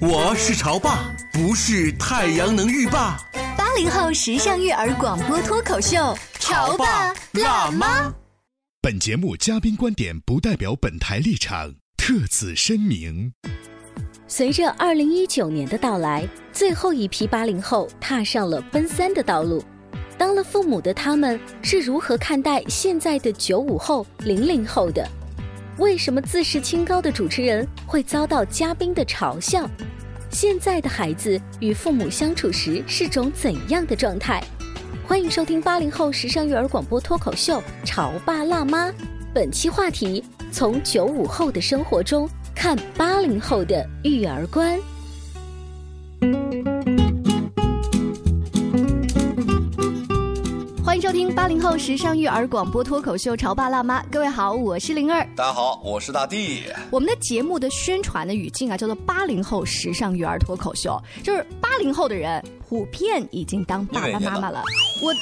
我是潮爸，不是太阳能浴霸。八零后时尚育儿广播脱口秀，潮爸辣妈。妈。本节目嘉宾观点不代表本台立场，特此声明。随着二零一九年的到来，最后一批八零后踏上了奔三的道路。当了父母的他们是如何看待现在的九五后、零零后的？为什么自视清高的主持人会遭到嘉宾的嘲笑？现在的孩子与父母相处时是种怎样的状态？欢迎收听八零后时尚育儿广播脱口秀《潮爸辣妈》，本期话题：从九五后的生活中看八零后的育儿观。欢迎收听八零后时尚育儿广播脱口秀《潮爸辣妈》，各位好，我是灵儿。大家好，我是大地。我们的节目的宣传的语境啊，叫做“八零后时尚育儿脱口秀”，就是八零后的人普遍已经当爸爸妈妈了。我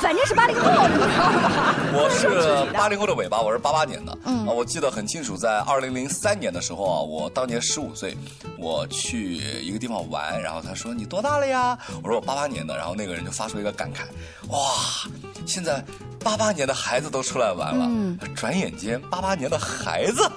反正是八零后， 你知道吗？我是八零后的尾巴，我是八八年的。嗯啊，我记得很清楚，在二零零三年的时候啊，我当年十五岁，我去一个地方玩，然后他说你多大了呀？我说我八八年的，然后那个人就发出一个感慨，哇，现在八八年的孩子都出来玩了，嗯转眼间八八年的孩子，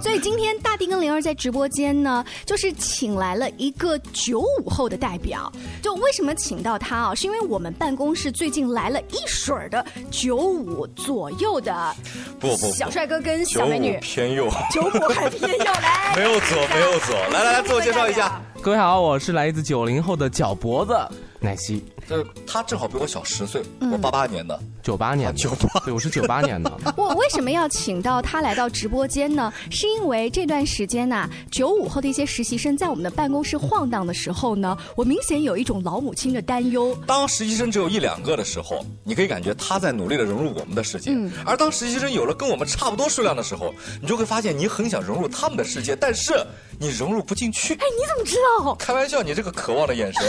所以今天大地跟灵儿在直播间呢，就是请来了一个九五后的代表。就为什么请到他啊？是因为我们办公室最近来了一水儿的九五左右的不不不小帅哥跟小美女，偏右，九五还偏右来， 没有左，没有左，来来来，自我介绍一下。各位好，我是来自九零后的脚脖子奶昔，呃，他正好比我小十岁，我八八年的，九八年的，九八，对，我是九八年的。我为什么要请到他来到直播间 呢？是因为这段时间呐、九五后的一些实习生在我们的办公室晃荡的时候呢，我明显有一种老母亲的担忧。当实习生只有一两个的时候，你可以感觉他在努力的融入我们的世界；嗯而当实习生有了跟我们差不多数量的时候，你就会发现你很想融入他们的世界，但是你融入不进去。哎，你怎么知道？开玩笑，你这个渴望 的眼神，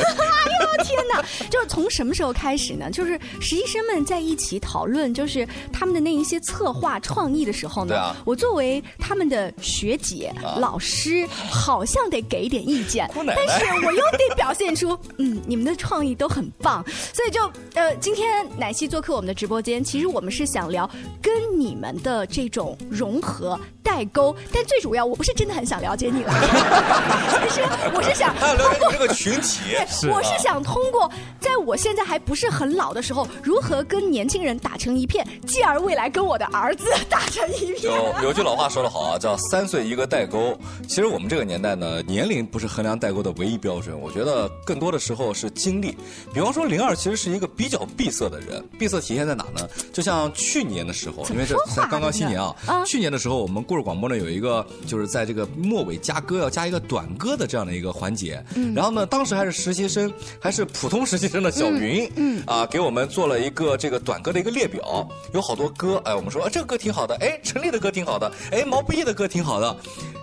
天哪！ 就是从什么时候开始呢？就是实习生们在一起讨论，就是他们的那一些策划创意的时候呢，对啊啊我作为他们的学姐、老师，好像得给一点意见，姑奶奶但是我又得表现出，嗯，你们的创意都很棒，所以就呃，今天奶昔做客我们的直播间，其实我们是想聊跟你们的这种融合。代沟，但最主要，我不是真的很想了解你了， 其实我是 想还有了解你这个群体。我啊是想通过在我现在还不是很老的时候，如何跟年轻人打成一片，继而未来跟我的儿子 打成一片。有有句老话说得好啊，叫“三岁一个代沟”。其实我们这个年代呢，年龄不是衡量代沟的唯一标准，我觉得更多的时候是经历。比方说，灵儿其实是一个比较闭塞的人，闭塞体现在哪呢？就像去年的时候，因为这说话呢才刚刚新年啊这个啊，去年的时候我们故事广播呢有一个就是在这个末尾加歌要加一个短歌的这样的一个环节，然后呢，当时还是实习生，还是普通实习生的小云，嗯啊，给我们做了一个这个短歌的一个列表，有好多歌，哎，我们说、啊、这个歌挺好的，哎，陈粒的歌挺好的，哎，毛不易的歌挺好的。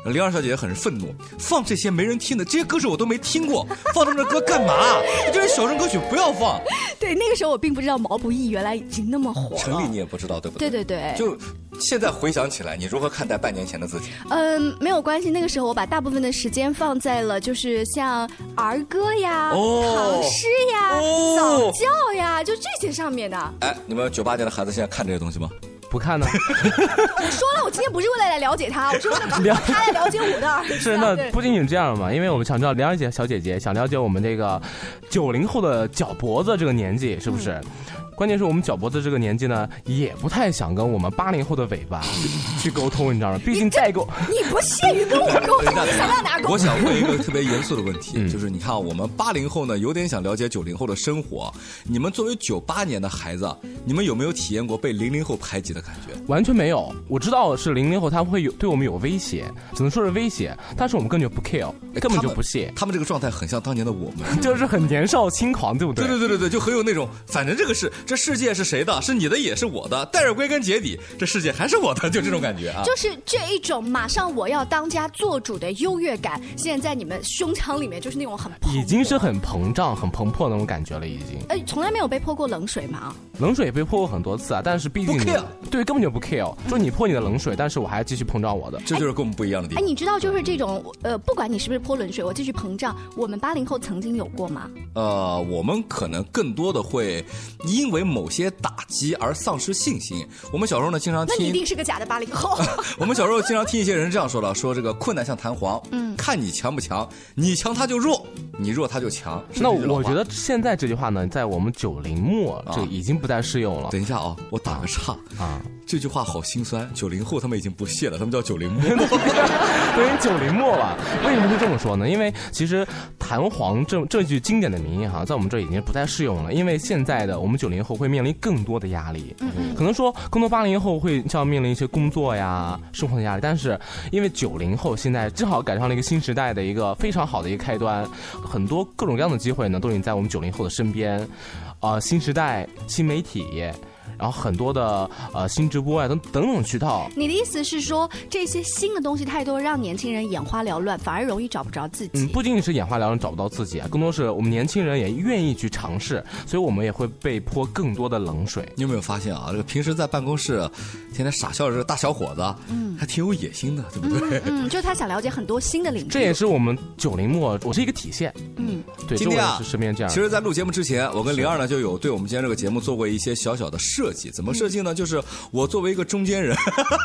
灵儿小姐姐很是愤怒，放这些没人听的，这些歌手我都没听过，放这么多歌干嘛？ 这些小众歌曲不要放。对，那个时候我并不知道毛不易原来已经那么火陈粒了。你也不知道对不对对对对，就现在回想起来，你如何看待半年前的自己？嗯，没有关系。那个时候我把大部分的时间放在了就是像儿歌呀、哦唐诗呀、哦早教呀，就这些上面的。哎，你们九八年的孩子现在看这些东西吗？不看呢，我说了，我今天不是为了来了解他，我是为了他来了解我的儿子。啊是那对不仅仅这样嘛，因为我们想知道梁嗯儿姐小姐姐想了解我们这个九零后的脚脖子这个年纪是不是？关键是我们脚脖子这个年纪呢，也不太想跟我们八零后的尾 巴去沟通，你知道吗？毕竟代沟，你不屑于跟我沟 通，你想到哪儿沟通？我 想问一个特别严肃的问题，嗯就是你看，我们八零后呢，有点想了解九零后的生活。你们作为九八年的孩子，啊你们有没有体验过被零零后排挤的感觉？完全没有。我知道是零零后，他会有对我们有威胁，只能说是威胁，但是我们根本就不 care，根本就不屑，哎他们这个状态很像当年的我 们。就是很年少轻狂，对不对对对对对，就很有那种，反正这个是这世界是谁的，是你的也是我的，但是归根结底，这世界还是我的，就这种感觉啊。就是哎这一种马上我要当家做主的优越感，现在在你们胸腔里面就是那种很蓬勃已经是很膨胀、很膨破那种感觉了，已经。呃从来没有被泼过冷水嘛。冷水也被泼过很多次啊，但是毕竟不你 care 对根本就不 care，说你泼你的冷水，但是我还要继续膨胀我的。这就是跟我们不一样的地哎，嗯方。你知道就是这种呃，不管你是不是泼冷水，我继续膨胀，我们八零后曾经有过吗？呃，我们可能更多的会因为某些打击而丧失信心。我们小时候呢，经常那你一听定是个假的八零 后。我们小时候经常听一些人这样说的，说这个困难像弹簧，嗯，看你强不强，你强他就弱，你弱他就强。是那不是这种我话觉，得现在这句话呢，在我们九零末啊这已经不再适用了等一下啊，我打个岔，啊。这句话好心酸。九零后他们已经不屑了，他们叫九 零末。 对于九零末了，为什么会这么说呢？因为其实“弹簧这”这句经典的名言哈，在我们这儿已经不太适用了。因为现在的我们九零后会面临更多的压力，可能说更多八零后会像面临一些工作呀、生活的压力，但是因为九零后现在正好赶上了一个新时代的一个非常好的一个开端，很多各种各样的机会呢，都已经在我们九零后的身边，呃，新时代、新媒体。然后很多的呃新直播啊等等等渠道，你的意思是说，这些新的东西太多，让年轻人眼花缭乱，反而容易找不着自己。嗯，不仅仅是眼花缭乱找不到自己啊，更多是我们年轻人也愿意去尝试，所以我们也会被泼更多的冷水。你有没有发现啊？这个平时在办公室，天天傻笑的这个大小伙子，嗯，还挺有野心的，对不对？嗯，就是他想了解很多新的领域。这也是我们九零末，我是一个体现。嗯，对，今就我天也啊，是身边这样其。实，在录节目之前，我跟灵儿呢就有对我们今天这个节目做过一些小小的设计。怎么设计呢？就是我作为一个中间 人，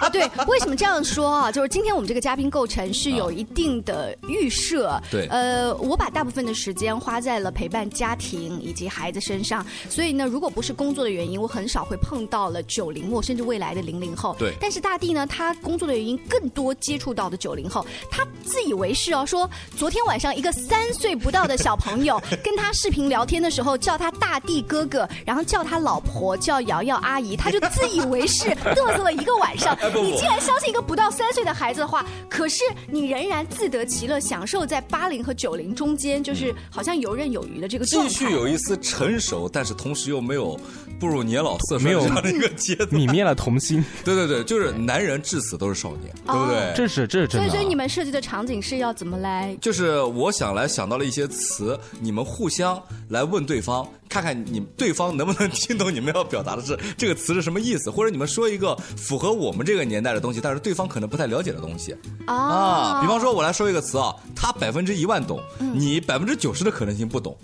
啊， 对，为什么这样说啊？就是今天我们这个嘉宾构成是有一定的预设，对呃，我把大部分的时间花在了陪伴家庭以及孩子身上，所以呢，如果不是工作的原因，我很少会碰到了九零后甚至未来的零零后。对但是大地呢，他工作的原因更多接触到的九零后，他自以为是哦，说昨天晚上一个三岁不到的小朋友跟他视频聊天的时候，叫他大地哥哥，然后叫他老婆，叫瑶瑶阿姨，他就自以为是，嘚瑟了一个晚 上。哎不你竟然相信一个不到三岁的孩子的话，可是你仍然自得其乐，享受在八零和九零中间，就是好像游刃有余的这个状继态。续有一丝成熟，但是同时又没有步入年老色衰没有这样的一个阶 段。泯灭了 童心，对对对，就是男人至死都是少年，对不对？哦这是这是真所的以，啊。所以你们设计的场景是要怎么来？就是我想来想到了一些词，你们互相来问对方，看看你对方能不能听懂你们要表达的是这个词是什么意思，或者你们说一个符合我们这个年代的东西，但是对方可能不太了解的东西哦啊。比方说，我来说一个词啊，他百分之一万懂，你百分之九十的可能性不懂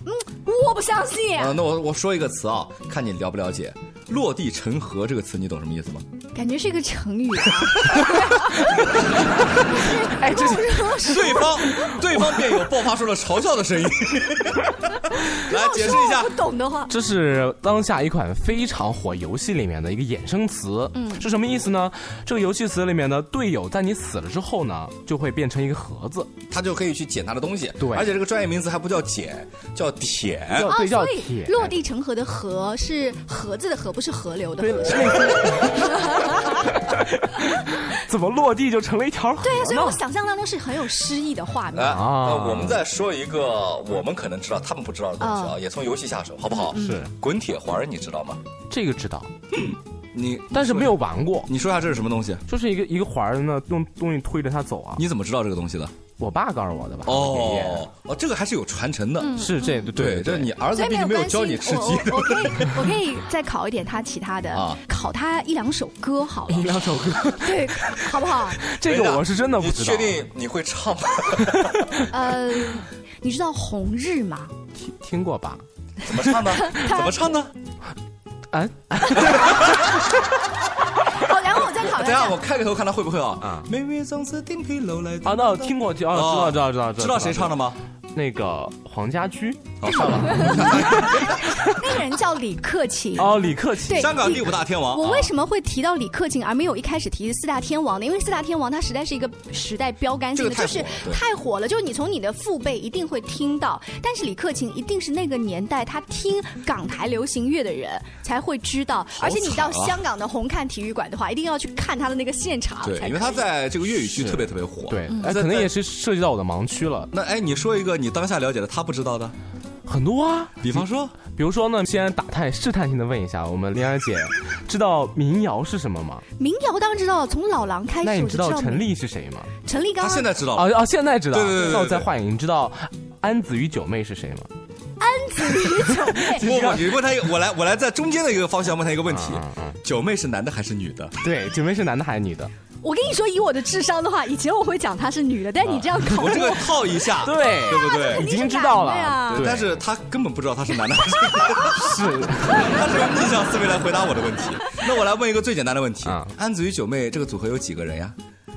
我不相信，啊。那我我说一个词啊，看你了不了解。落地成盒这个词，你懂什么意思吗？感觉是一个成语 啊。 哎对方，对方便有爆发出了嘲笑的声音。来解释一下我，懂的话，这是当下一款非常火游戏里面的一个衍生词，嗯，是什么意思呢？这个游戏词里面的队友在你死了之后呢，就会变成一个盒子，他就可以去捡他的东西。对而且这个专业名词还不叫捡，叫舔。哎叫对叫哦所以铁，落地成盒的盒是盒子的盒，不是河流的对，河。类似 怎么落地就成了一条河对啊呀，所以我呢？想象当中是很有诗意的画来，面。啊呃那我们再说一个我们可能知道，他们不知道的东西啊，也从游戏下手，好不好？是滚铁环儿，你知道吗？这个知道，你但是没有，有玩过，你说一下这是什么东西？就是一个一个环儿呢，用东西推着它走啊。你怎么知道这个东西的？我爸告诉我的吧？爷爷哦，哦，这个还是有传承的。是这对对，这是你儿子嗯所以毕竟没有关系，教你吃我鸡的。我我可以 我可以再考一点他其他的啊，考他一两首歌好了 一，两首歌，对，好不好？这个我是真的不你知道。确定你会唱吗？ 呃，你知道红日吗？听过吧？怎么唱呢？ 怎么唱呢？哎啊，好，哦然后我再考等一一下，下我。开个头看他会不会啊？啊妹妹总是顶皮楼来。啊，那我听过，就啊，知道知道知道哦知道谁唱的？吗？哦那个黄家驹好，算了，那个人叫李克勤。哦，李克勤对，香港李第五大天王。我为啊什么会提到李克勤，而没有一开始提四大天王呢？因为四大天王它实在是一个时代标杆性的，这就个是太火了对太火了，就是你从你的父辈一定会听到，但是李克勤一定是那个年代他听港台流行乐的人才会知道，而且你到惨啊香港的红磡体育馆的话，一定要去看他的那个现场才可以，对，因为他在这个粤语区特别特别火。对，在哎，可能也在是涉及到我的盲区了，那哎，你说一个你当下了解的他不知道的，很多啊。比方说，比如说呢，先打探试探性的问一下，我们玲儿姐知道民谣是什么吗？民谣当然知道了，从老狼开那始你我就知知道道陈粒是谁吗？陈立刚他啊现在知道啊了。啊，现在知道。对对对对对那我再换一个，你知道安子与九妹是谁吗？不不，你问他一个，我来我来在中间的一个方向问他一个问题：啊九妹是男的还是女的？对，九妹是男的还是女的？我跟你说，以我的智商的话，以前我会讲她是女的，但你这样考啊我这个我，套一下，对对不对已？经知道肯定是男了的，对对但是他根本不知道他是男的还是女的， 是他是用逆向思维来回答我的 问题。那我来问一个最简单的问题啊：安子与九妹这个组合有几个人呀？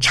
《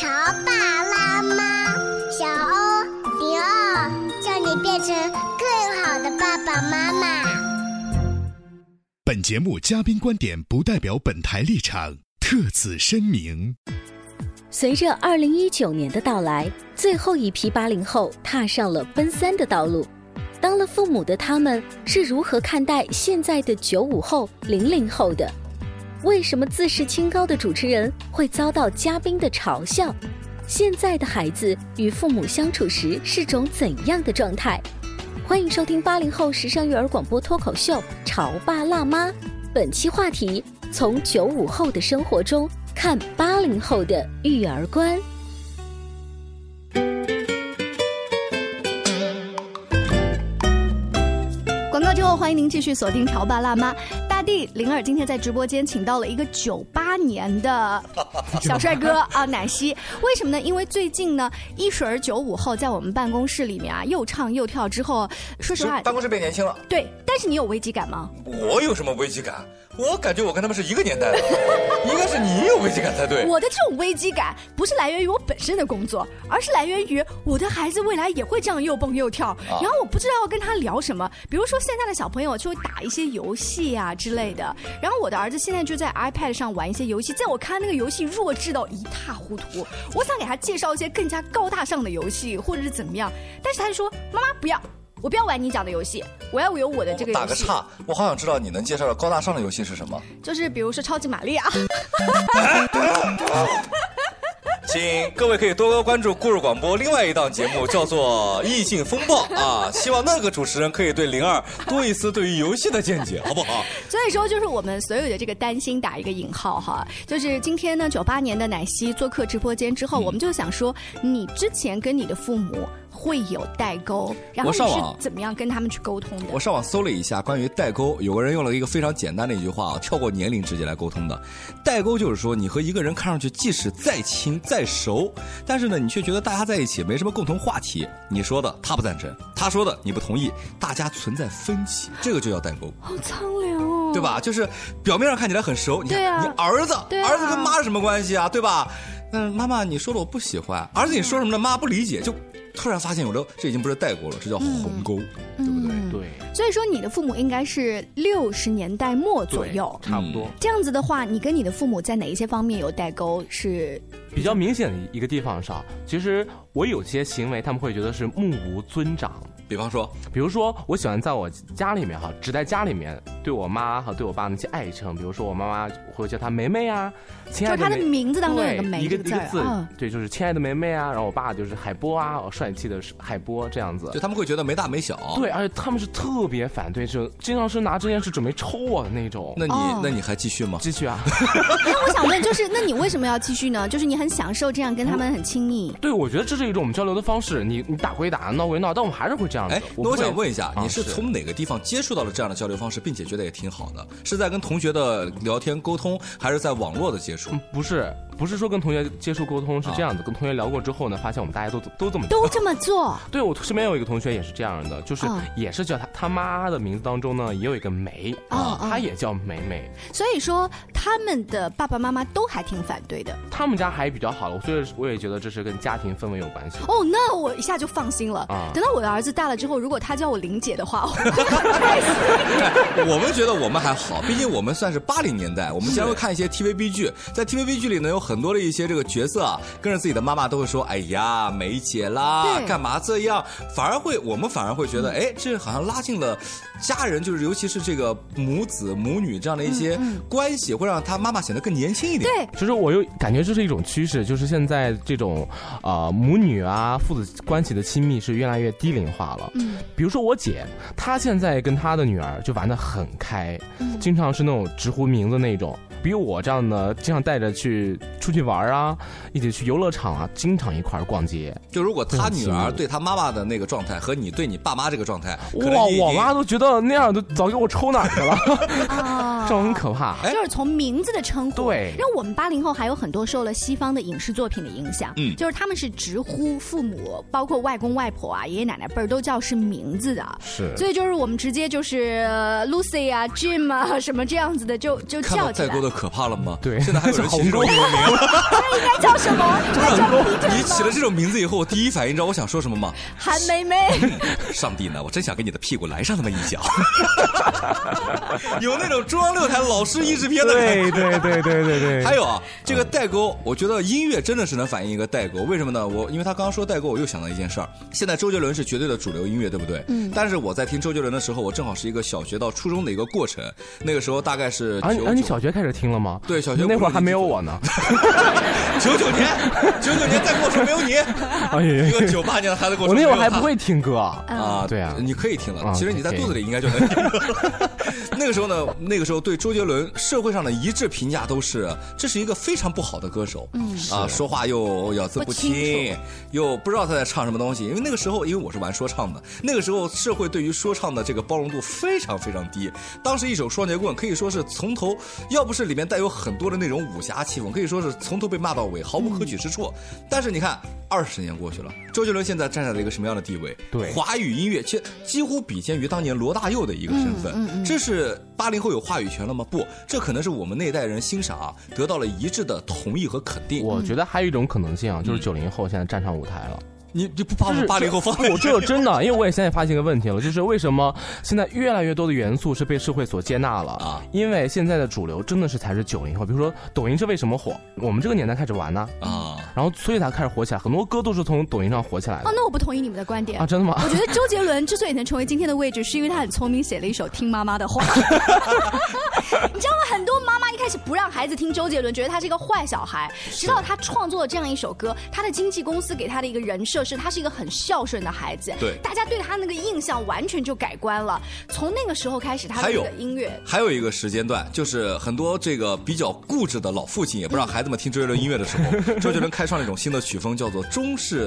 《潮爸辣妈》，小欧零二，叫你变成更好的爸爸妈妈。本节目嘉宾观点不代表本台立场，特此声明。随着2019年的到来，最后一批八零后踏上了奔三的道路。当了父母的他们是如何看待现在的九五后、零零后的？为什么自视清高的主持人会遭到嘉宾的嘲笑？现在的孩子与父母相处时是种怎样的状态？欢迎收听八零后时尚育儿广播脱口秀《潮爸辣妈》。本期话题：从九五后的生活中看八零后的育儿观。广告之后，欢迎您继续锁定《潮爸辣妈》。大地灵儿今天在直播间请到了一个九八年 的小帅哥啊，奶昔。为什么呢？因为最近呢，一水儿九五后在我们办公室里面啊，又唱又跳之后，说实啊话，公室变年轻了，对，但是你有危机感吗？我有什么危机感？我感觉我跟他们是一个年代的， 应该是你有危机感才 对。我的这种危机感不是来源于我本身的工作，而是来源于我的孩子未来也会这样又蹦又跳，啊然后我不知道要跟他聊什么。比如说现在的小朋友就会打一些游戏啊之类的，然后我的儿子现在就在 iPad 上玩一些游戏，在我看那个游戏弱智到一塌糊涂，我想给他介绍一些更加高大上的游戏或者是怎么样，但是他就说妈妈不要。我不要玩你讲的游戏，我要有我的这个游戏。哦打个岔，我好想知道你能介绍的高大上的游戏是什么？就是比如说超级玛丽啊，请各位可以多多关注故事广播另外一档节目，叫做《异性风暴》啊，希望那个主持人可以对灵儿多一丝对于游戏的见解，好不好？所以说，就是我们所有的这个担心打一个引号哈，就是今天嗯呢，九八年的奶昔做客直播间之后，我们就想说，你之前跟你的父母。会有代沟，然后我你上网是怎么样跟他们去沟通的？我上网搜了一下关于代沟，有个人用了一个非常简单的一句话啊，跳过年龄直接来沟通的。代沟就是说，你和一个人看上去即使再亲再熟，但是呢，你却觉得大家在一起没什么共同话题。你说的他不赞成，他说的你不同意，大家存在分歧，这个就叫代沟。好苍凉哦，对？吧？就是表面上看起来很熟，你看、对啊你儿子、对啊儿子跟妈是什么关系啊？对吧？嗯，妈妈，你说了我不喜欢，儿子你说什么呢？妈不理解，就突然发现有了，这已经不是代沟了，这叫鸿沟。嗯，对，所以说你的父母应该是六十年代末左右，嗯差不多。这样子的话，你跟你的父母在哪一些方面有代沟？是比较明显的一个地方上，其实我有些行为他们会觉得是目无尊长。比方说，比如说，我喜欢在我家里面哈，只在家里面对我妈和对我爸那些爱称，比如说我妈妈会叫她梅梅啊，亲爱的就梅，是她的名字当中有个对梅一个这个一个字字儿嗯，对，就是亲爱的梅梅啊，然后我爸就是海波啊，哦帅气的海波这样子就。他们会觉得没大没小。对，，而且他们是特别反对这种，经常是拿这件事准备抽我的那种。那你、哦那你还继续吗？继续啊。那我想问，就是那你为什么要继续呢？就是你很享受这样跟他们很亲密。 对，我觉得这是一种我们交流的方式。你你打归打，闹归闹，但我们还是会这样的哎。，那不我会想问一下，啊你是从哪个地方接触到了这样的交流方式，并且觉得也挺好的？是在跟同学的聊天沟通，还是在网络的接触？不是不是说跟同学接触沟通是这样的，跟同学聊过之后呢，发现我们大家都都这么都这么做，对我身边有一个同学也是这样的，就是啊也是叫他他妈的名字当中呢也有一个梅啊啊她也叫梅梅。所以说他们的爸爸妈妈都还挺反对的。他们家还比较好了，所以我也觉得这是跟家庭氛围有关系。哦，那我一下就放心了。啊等到我的儿子大了之后，如果他叫我玲姐的话， 我们觉得我们还好，毕竟我们算是八零年代，我们经常会看一些 TVB 剧，在 TVB 剧里呢，有很多的一些这个角色啊，跟着自己的妈妈都会说：“哎呀，梅姐啦，对干嘛这样？”反而会，我们反而会觉嗯得，哎，这好像拉近了家人，就是尤其是这个母子母女这样的一些嗯关系，会让他妈妈显得更年轻一点。对，其实我又感觉这是一种趋势，就是现在这种，呃，母女啊父子关系的亲密是越来越低龄化了。嗯，比如说我姐，她现在跟她的女儿就玩的很开，嗯经常是那种直呼名字那种。比我这样的，经常带着去出去玩啊，一起去游乐场啊，经常一块儿逛街。就如果他女对很嗯儿亲密对他妈妈的那个状态和你对你爸妈这个状态，可能哇，你已经我妈都觉得那样都早给我抽哪儿去了，啊 这种很可怕。啊就是从名字的称呼， 对因为我们八零后还有很多受了西方的影视作品的影响，嗯就是他们是直呼父母，包括外公外婆啊、爷爷奶奶辈儿都叫是名字的，是所以就是我们直接就是呃 Lucy 啊、Jim 啊什么这样子的就就看叫到起代来，沟的可怕了吗？对现在还有人起 这种名字。应该叫什么？应该叫你 起了这种名字以后，我第一反应你知道我想说什么吗？韩梅梅。上帝呢，我真想给你的屁股来上那么一 脚。有那种中央六台老师译制片的感觉。对嗯对对对对 对。还有啊，这个代沟，我觉得音乐真的是能反映一个代沟。为什么呢？我因为他刚刚说代沟，我又想到一件事儿。现在周杰伦是绝对的主流音乐，对不对？嗯。但是我在听周杰伦的时候，我正好是一个小学到初中的一个过程。那个时候大概是啊九啊！你九小学开始听了吗？对小学那会不儿是还没有一直我呢。九九年，九九年再跟我说没 有你，哎呀 一个九八年的孩子跟我说我没那有会儿还他不会听歌，啊，对啊你可以听了。啊其实你在可以肚子里应该就能听 了。那个时候呢，那个时候对周杰伦社会上的一致评价都是，这是一个非常不好的歌手，嗯啊，说话又咬字不不清清，又不知道他在唱什么东西。因为那个时候，因为我是玩说唱的，那个时候社会对于说唱的这个包容度非常非常低。当时一首《双截棍》可以说是从头，要不是里面带有很多的那种武侠气氛，可以说是从头被骂到尾，毫无可取之处。嗯但是你看，二十年过去了，周杰伦现在站在了一个什么样的地位？对华语音乐其几乎比肩于当年罗大佑的一个身嗯份。这是八零后有话语权了吗？不，这可能是我们那一代人欣赏啊，得到了一致的同意和肯定。我觉得还有一种可能性啊，就是九零后现在站上舞台了。 你你不把我就是们八零后放在我这真的，因为我也现在发现一个问题了，就是为什么现在越来越多的元素是被社会所接纳了啊？因为现在的主流真的是才是九零后，比如说抖音是为什么火？我们这个年代开始玩呢，啊，然后所以才开始火起来，很多歌都是从抖音上火起来哦，的那我不同意你们的观点啊！。真的吗？ 我觉得周杰伦之所以能成为今天的位置，是因为他很聪明，写了一首《听妈妈的 话》。你知道吗？很多妈妈一开始不让孩子听周杰伦，觉得他是一个坏小孩，直到他创作了这样一首歌，他的经纪公司给他的一个人设受是他是一个很孝顺的孩子，对大家对他那个印象完全就改观了。从那个时候开始，他还的这有个音乐还有一个时间段，就是很多这个比较固执的老父亲也不让孩子们听周杰伦音乐的时候，周杰伦开创了一种新的曲风，叫做中式。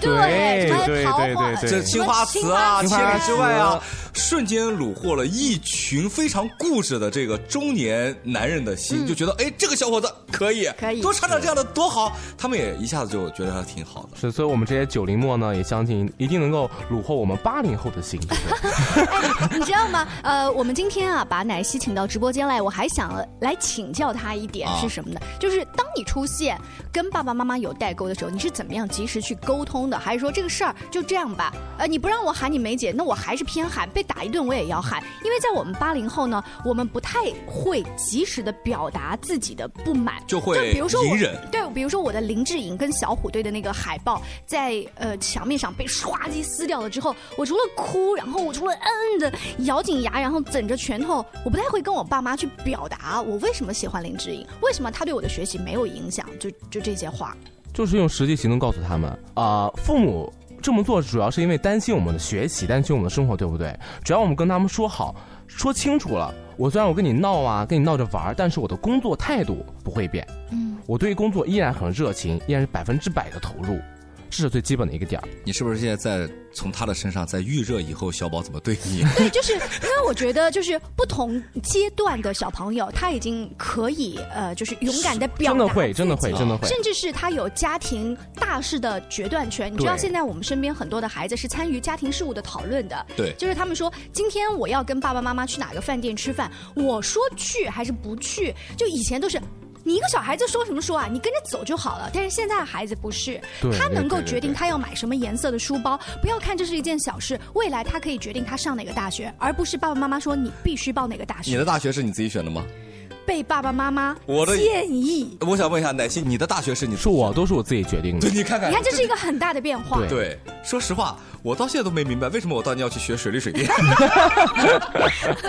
对什么对桃对花对对这青花瓷啊，青千花里瓷之外啊，瞬间虏获了一群非常固执的这个中年男人的心，就觉得哎，这个小伙子可以，可以多唱唱这样的多好。他们也一下子就觉得他挺好的。是，所以我们这些九零末呢，也相信一定能够虏获我们八零后的心。 你知道吗？呃，我们今天啊，把奶昔请到直播间来，我还想来请教他一点啊是什么呢？就是当你出现跟爸爸妈妈有代沟的时候，你是怎么样及时去沟通的？还是说这个事儿就这样吧？呃，你不让我喊你梅姐，那我还是偏喊，被打一顿我也要喊。因为在我们八零后呢，我们不太会及时的表达自己的不满，就会比如说我隐忍对，比如说我的林志颖跟小虎队的那个海报，在呃墙面上被唰叽撕掉了之后，我除了哭，然后我除了嗯的咬紧牙，然后枕着拳头，我不太会跟我爸妈去表达我为什么喜欢林志颖，为什么他对我的学习没有影响，就就这些话。就是用实际行动告诉他们啊、父母这么做主要是因为担心我们的学习，担心我们的生活，对不对？只要我们跟他们说好，说清楚了，我虽然我跟你闹啊，跟你闹着玩儿，但是我的工作态度不会变，嗯，我对工作依然很热情，依然是百分之百的投入，这是最基本的一个点儿。你是不是现在在从他的身上在预热以后小宝怎么对你？对，就是因为我觉得，就是不同阶段的小朋友，他已经可以呃，就是勇敢的表达真的会，真的自会，己真的会。甚至是他有家庭大事的决断权。你知道对现在我们身边很多的孩子是参与家庭事务的讨论的，对就是他们说今天我要跟爸爸妈妈去哪个饭店吃饭，我说去还是不去？就以前都是。你一个小孩子说什么说啊？你跟着走就好了。但是现在的孩子不是，对他能够对对决定对他要买什么颜色的书包。不要看这是一件小事，未来他可以决定他上哪个大学，而不是爸爸妈妈说你必须报哪个大学。 你的大学是你自己选的吗？被爸爸妈妈我的建议。我想问一下，奶昔，你的大学是你是我都是我自己决定的。对，你看看，你看，这是一个很大的变化。对，说实话，我到现在都没明白为什么我当年要去学水利水电。 就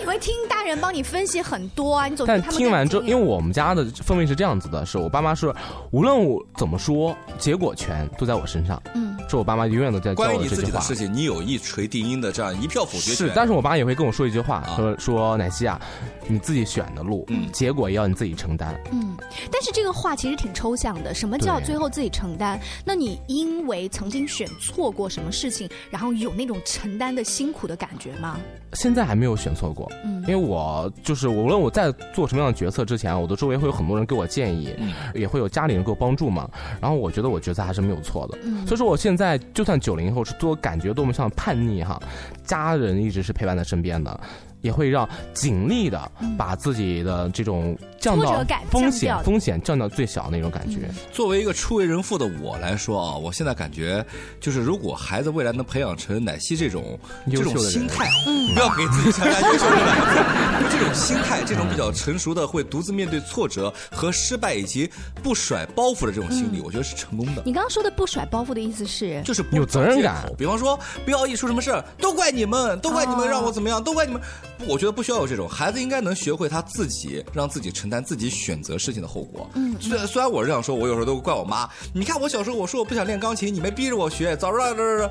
你会听大人帮你分析很多啊，你总觉得但他们听完之后，更因为我们家的氛围是这样子的，是我爸妈是无论我怎么说，结果全都在我身上。嗯，是我爸妈永远都在教关于我你这自句己的话。事情，你有一锤定音的这样一票否决权。是，但是我爸也会跟我说一句话，啊说说奶昔啊，你自己选的路，嗯结果也要你自己承担。嗯，但是这个话其实挺抽象的。什么叫对最后自己承担？那你因为曾经选错过什么事情，然后有那种承担的辛苦的感觉吗？现在还没有选错过，嗯因为我就是无论我在做什么样的决策之前，我的周围会有很多人给我建议，嗯也会有家里人给我帮助嘛。然后我觉得我决策还是没有错的，嗯所以说我现在就算九零后是多感觉多么像叛逆哈，家人一直是陪伴在身边的。也会让尽力的把自己的这种降嗯挫到折感风降险掉嗯风险降到最小那种感觉，作为一个初为人父的我来说啊，我现在感觉就是，如果孩子未来能培养成奶昔这种这优秀种的人心态，嗯不要给自己强加优秀的感觉，这种心态，这种比较成熟的，会独自面对挫折和失败，以及不甩包袱的这种心理，我觉得是成功的。你刚刚说的不甩包袱的意思是，就是有责任感。比方说，不要一出什么事儿都怪你们，都怪你哦们让我怎么样，都怪你们。不我觉得不需要有这种，孩子应该能学会他自己让自己承担自己选择事情的后果。嗯虽然虽然我是这样说，我有时候都怪我妈。你看我小时候我说我不想练钢琴，你们逼着我学，早知道这这。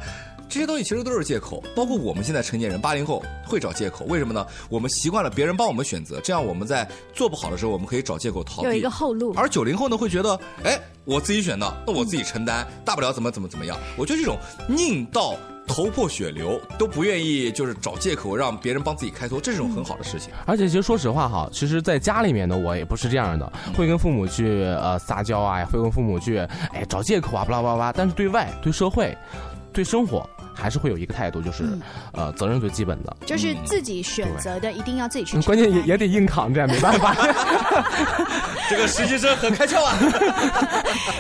这些东西其实都是借口，包括我们现在成年人八零后会找借口，为什么呢？我们习惯了别人帮我们选择，这样我们在做不好的时候，我们可以找借口逃避。有一个后嗯路。而九零后呢，会觉得，哎，我自己选的，那我自己承担，大不了怎么怎么怎么样。我觉得这种宁到头破血流都不愿意，就是找借口让别人帮自己开脱，这是种很好的事情。而且其实说实话哈，其实，在家里面呢，我也不是这样的，会跟父母去呃撒娇啊，会跟父母去哎找借口啊，巴拉巴拉巴拉。但是对外、对社会、对生活，还是会有一个态度，就是、呃责任最基本的。就是自己选择的，一定要自己去嗯承关担。键也也得硬扛着呀，没办法。这个实习生很开窍啊！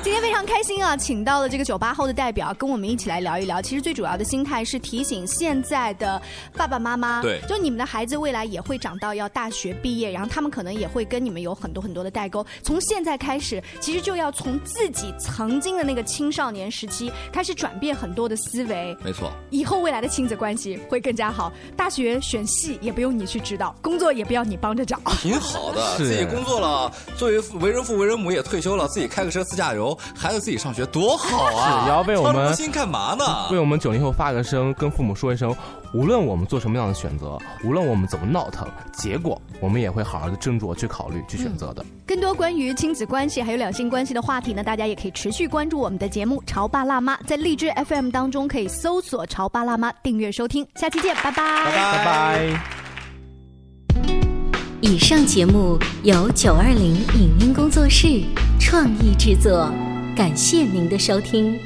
今天非常开心啊，请到了这个九八后的代表，跟我们一起来聊一聊。其实最主要的心态是提醒现在的爸爸妈妈，对就你们的孩子未来也会长到要大学毕业，然后他们可能也会跟你们有很多很多的代沟。从现在开始，其实就要从自己曾经的那个青少年时期开始转变很多的思维。没错了。以后未来的亲子关系会更加好。大学选系也不用你去指导，工作也不要你帮着找，挺好 的，自己工作了，作为为人父为人母也退休了，自己开个车自驾游，孩子自己上学多好啊！ 也要为我操 这么们心干嘛呢？为我们九零后发个声，跟父母说一声，无论我们做什么样的选择，无论我们怎么闹腾，结果我们也会好好的斟酌去考虑去选择的。更多关于亲子关系还有两性关系的话题呢，大家也可以持续关注我们的节目《潮爸辣妈》，在荔枝 FM 当中可以搜索“潮爸辣妈”订阅收听。下期见，拜拜，拜拜拜。以上节目由九二零影音工作室创意制作，感谢您的收听。